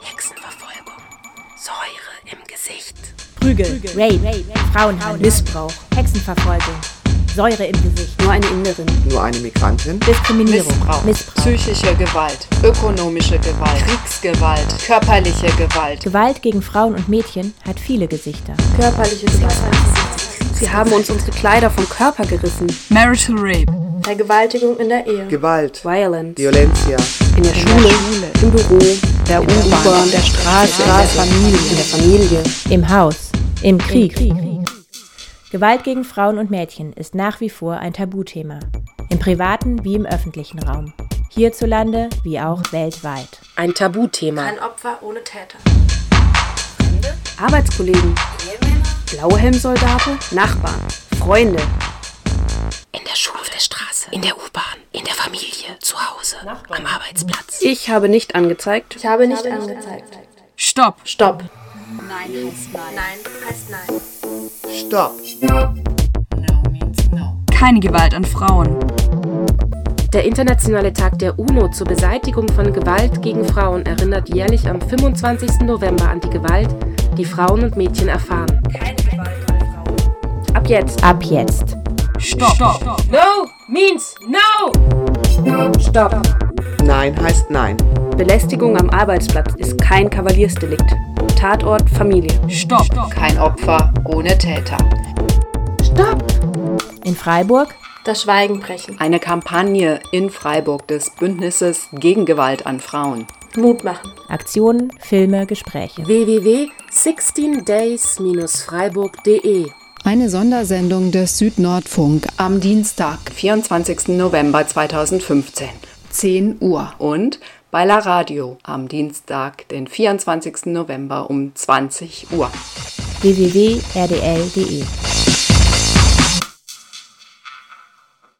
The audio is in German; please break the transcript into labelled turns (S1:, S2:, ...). S1: Massenverfolgung, Säure im Gesicht.
S2: Prügel, Rape, Frauenhandel, Missbrauch, Hexenverfolgung, Säure im Gesicht,
S3: Nur eine Inderin.
S4: Nur eine Migrantin?
S2: Diskriminierung,
S3: Missbrauch. Psychische Gewalt. Ökonomische Gewalt. Kriegsgewalt. Körperliche Gewalt.
S2: Gewalt gegen Frauen und Mädchen hat viele Gesichter.
S5: Körperliche Gewalt. Sie haben uns unsere Kleider vom Körper gerissen.
S6: Marital Rape.
S5: Vergewaltigung in der Ehe.
S4: Gewalt.
S5: Violence.
S4: Violencia.
S5: In der Schule. Im Büro.
S3: Der U-Bahn. Der Straße. Der Familie.
S5: In der Familie.
S2: Im Haus, im Krieg. Gewalt gegen Frauen und Mädchen ist nach wie vor ein Tabuthema. Im privaten wie im öffentlichen Raum. Hierzulande wie auch weltweit.
S1: Ein Tabuthema.
S5: Ein Opfer ohne Täter.
S3: Arbeitskollegen. Blauhelmsoldate. Nachbarn. Freunde.
S1: In der Schule, auf der Straße, in der U-Bahn, in der Familie, zu Hause, am Arbeitsplatz.
S3: Ich habe nicht angezeigt.
S5: Ich habe nicht angezeigt.
S6: Stopp.
S5: Stopp.
S4: Stopp.
S6: Keine Gewalt an Frauen.
S1: Der Internationale Tag der UNO zur Beseitigung von Gewalt gegen Frauen erinnert jährlich am 25. November an die Gewalt, die Frauen und Mädchen erfahren.
S3: Ab jetzt.
S2: Ab jetzt.
S6: Stopp. Stopp.
S1: No means no! Stopp.
S4: Nein heißt nein.
S3: Belästigung am Arbeitsplatz ist kein Kavaliersdelikt. Tatort Familie.
S6: Stopp.
S3: Kein Opfer ohne Täter.
S2: In Freiburg
S5: Das Schweigen brechen.
S7: Eine Kampagne in Freiburg des Bündnisses gegen Gewalt an Frauen.
S5: Mut machen.
S2: Aktionen, Filme, Gespräche.
S1: www.16days-freiburg.de
S8: Eine Sondersendung des Südnordfunk am Dienstag,
S7: 24. November 2015.
S8: 10 Uhr.
S7: Und bei La Radio am Dienstag, den 24. November um 20 Uhr.
S2: www.rdl.de